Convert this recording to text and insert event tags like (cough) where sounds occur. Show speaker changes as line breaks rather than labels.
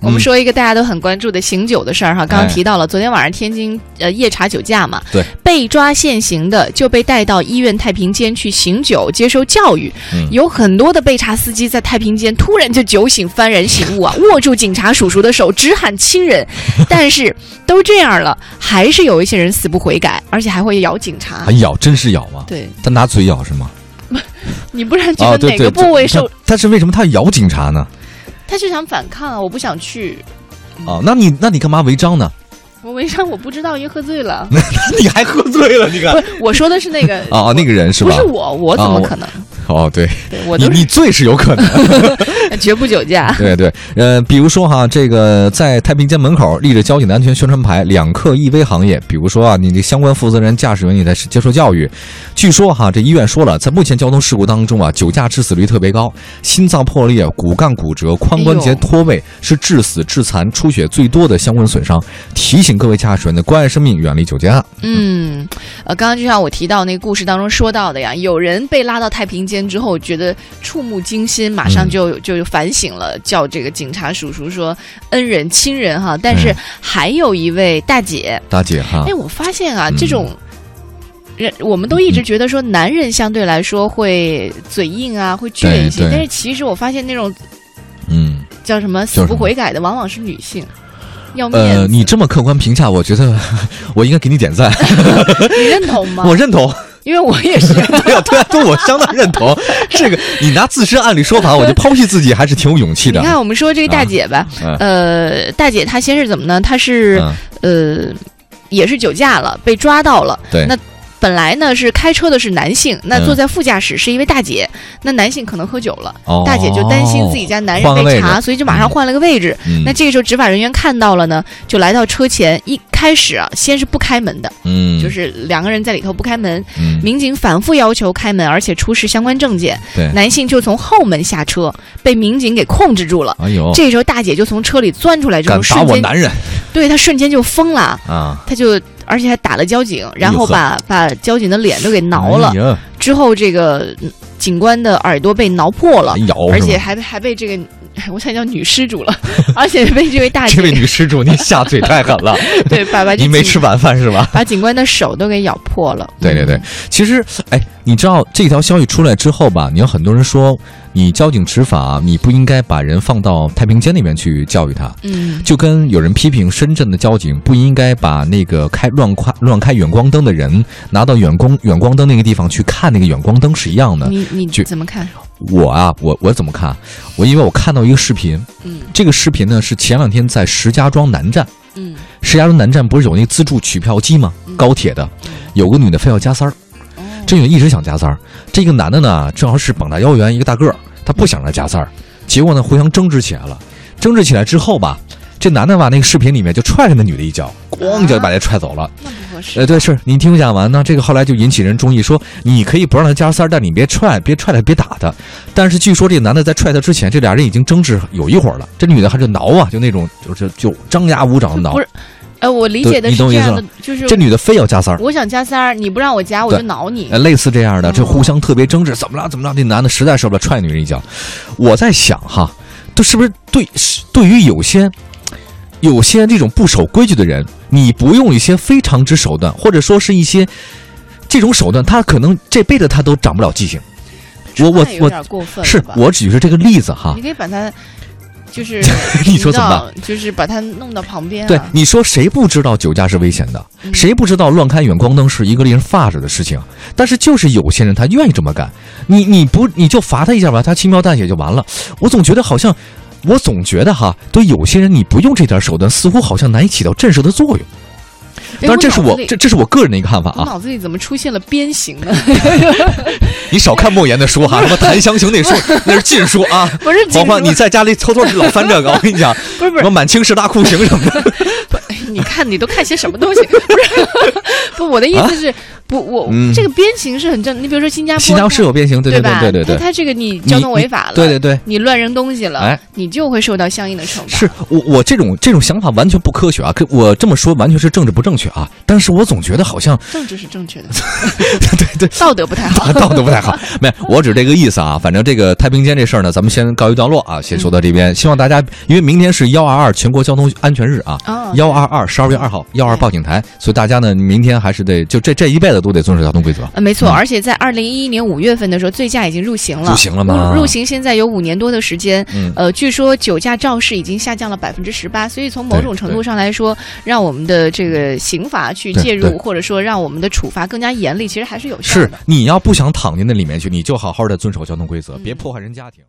我
嗯
们说一个大家都很关注的醒酒的事儿哈，刚刚提到了，昨天晚上天津呃夜查酒驾嘛，
哎对，
被抓现行的就被带到医院太平间去醒酒接受教育，
嗯
有很多的被查司机在太平间突然就酒醒幡然醒悟
(laughs)
啊，握住警察叔叔的手直喊亲人， (laughs) 但是都这样了，还是有一些人死不悔改，而且还会咬警察
还。啊咬，真是咬吗？
对
他拿嘴咬是吗？
你不然
啊，
觉得
对
哪
对，
个部位
这
受？
他但是为什么他咬警察呢？
他就想反抗啊！我不想去，
啊，那你那你干嘛违章呢？ (laughs)
我违章，我不知道，因为喝醉了。
你还喝醉了？你看
不是，我说的是
(laughs)
那个
啊，那个人是
不
吧？
是我，我怎么可能？
哦，对，
对我
你
都
你醉是有可能。
是绝不酒
(laughs)
(laughs) 驾。
对对，呃，比如说哈，这个在太平间门口立着交警的安全宣传牌，两克一危行业。比如说啊，你这相关负责人、驾驶员也在接受教育。据说哈，这医院说了，在目前交通事故当中啊，酒驾致死率特别高，心脏破裂、骨干骨折、髋关节脱位是致死、致残、出血最多的相关损伤。提醒各位驾驶员的关爱生命，远离酒驾。
嗯，呃，刚刚就像我提到那个故事当中说到的呀，有人被拉到太平间之后，觉得触目惊心，马上
嗯
就就反省了，叫这个警察叔叔说恩人亲人哈。但是
嗯
还有一位大姐，
大姐哈
哎，，我发现啊，
嗯
这种。人，我们都一直觉得说男人相对来说会嘴硬啊，会倔一些
对，对
但是其实我发现那种
嗯，
叫什么
叫
死
什
不
么
悔改的，往往是女性，要面子。
呃，你这么客观评价，我觉得我应该给你点 (laughs) 赞，呃
你认同
(laughs)
吗？
我认同。
因为我
(laughs)
也是，
对啊，对啊，对我相当认同。这个你拿自身案例说法，我就剖析自己还是挺有勇气
你
的。
看我们说这个大姐吧，
嗯
呃，大姐她先是怎么呢？她是、
嗯，
呃，也是酒驾了，被抓到了。
对
那。本来呢是开车的是男性，那
嗯
坐在副驾驶是一位大姐，那男性可能喝酒了，
哦
大姐就担心自己家男
换
人
个
被
位置
查，所以就马上换了个位置。
嗯
那这个时候执法人员看到了呢，就来到车前，一开始啊先是不开门的，
嗯，
就是两个人在里头不开门，
嗯
民警反复要求开门，而且出示相关证件。
对
男性就从后门下车，被民警给控制住了。
哎呦，
这时候，大姐就从车里钻出来之
敢
后，
打
瞬
我
间
男人
对她瞬间就疯了，
啊！
她就而且还打了交警，然后
哎呦呵
把把交警的脸都给挠了
哎。呀
之后，这个嗯警官的耳朵被挠破了，
咬哎是
啊
吧，
而且还被还被这个我想叫女施主了， (laughs) 而且被这位大姐
(laughs) 这位女施主，你下嘴太
(laughs)
狠了，
对把把这
你没
警
吃晚饭是吧？
把警官的手都给咬破了。
对对对，其实，哎，你知道这条消息出来之后吧，你有很多人说，你交警执法，你不应该把人放到太平间那边去教育他，
嗯，
就跟有人批评深圳的交警不应该把那个开乱开乱开远光灯的人拿到远光远光灯那个地方去看那个远光灯是一样
嗯
的。
你你
就
怎么看？
我啊，我我怎么看？我因为我看到一个视频，
嗯
这个视频呢是前两天在石家庄南站，
嗯。
石家庄南站不是有那个自助取票机吗？高铁的，有个女的非要加塞儿，
哦
这女的一直想加塞儿。这个男的呢，正好是膀大腰圆，一个大个儿，他不想让她加塞儿，结果呢互相争执起来了。争执起来之后吧，这男的把那个视频里面就踹了那女的一脚，咣一脚就把她踹走了。
那不合适。
呃，对，是你听我讲完呢，这个后来就引起人注意，说你可以不让他加塞儿，但你别踹，别踹他，别打他。但是据说这个男的在踹他之前，这俩人已经争执有一会儿了，这女的还是挠啊，就那种就是就张牙舞爪的挠
不。是，呃，我理解的是这
对你懂
样
我
的
意，
就是
这女的非要加塞儿，
我想加塞儿，你不让我加，我
对
就挠你
呃，。类似这样的，这互相特别争执，怎么了？怎么了？这男的实在受不了，踹女人一脚。我在想哈，这是不是对是对于有些有些这种不守规矩的人，你不用一些非常之手段，或者说是一些这种手段，他可能这辈子他都长不了记性。我我
那有
我
点过分了
是
吧，
我举是这个例子哈
你，可以把它，就是
(laughs) 你说怎么办？
办？就是把它弄到旁边啊。
对你说谁不知道酒驾是危险的？
嗯
谁不知道乱开远光灯是一个令人发指的事情？啊但是就是有些人他愿意这么干，你你不你就罚他一下吧，他轻描淡写就完了。我总觉得好像，我总觉得哈，对有些人你不用这点手段，似乎好像难以起到震慑的作用。
哎
当然这是
脑子
我
里
这这是我个人的一个看法
我
啊，
脑子里怎么出现了鞭刑
(laughs)
呢？
你少看莫言
(laughs)
的书哈，什么《檀香刑》那书那是禁书啊。
不是
黄欢，
警
你
察
在家里偷偷老翻这个，我跟你讲，
不是 (laughs) 不
什么
是
《满清十大酷刑》什么的。
(laughs) 哎你看你都看些什么东西？不是不，我的意思是，不，我、
啊嗯
这个鞭刑是很正。你比如说新加坡，
新加坡是有变形，对对
吧？
对对对
他
对，
他这个你交通违法了，
对对对。
(laughs) 你乱扔东西了，
哎
你就会受到相应的惩罚。
是我我这种这种想法完全不科学啊！可我这么说完全是政治不正确啊！但是我总觉得好像
政治是正确的，
对对，
道德不太好。
(laughs) 道德不太好。 (laughs) 没有，我指这个意思啊。反正这个太平间这事儿呢，咱们先告一段落啊，先说到这边。希望大家，因为明天是幺二二全国交通安全日啊，
哦
幺二二十二月二号幺二报警台，所以大家呢，明天还是得就这这一辈子都得遵守交通规则。
呃，没错，
嗯
而且在二零一一年五月份的时候，醉驾已经入刑了。
入刑了啊吗
入入刑现在有五年多的时间。
嗯
呃，据说酒驾肇事已经下降了百分之十八，所以从某
对
种程
对
度上来说，让我们的这个刑罚去
对
介
对
入，或者说让我们的处罚更加严厉，其实还是有效的。
是你要不想躺进那里面去，你就好好的遵守交通规则，别破坏人家庭。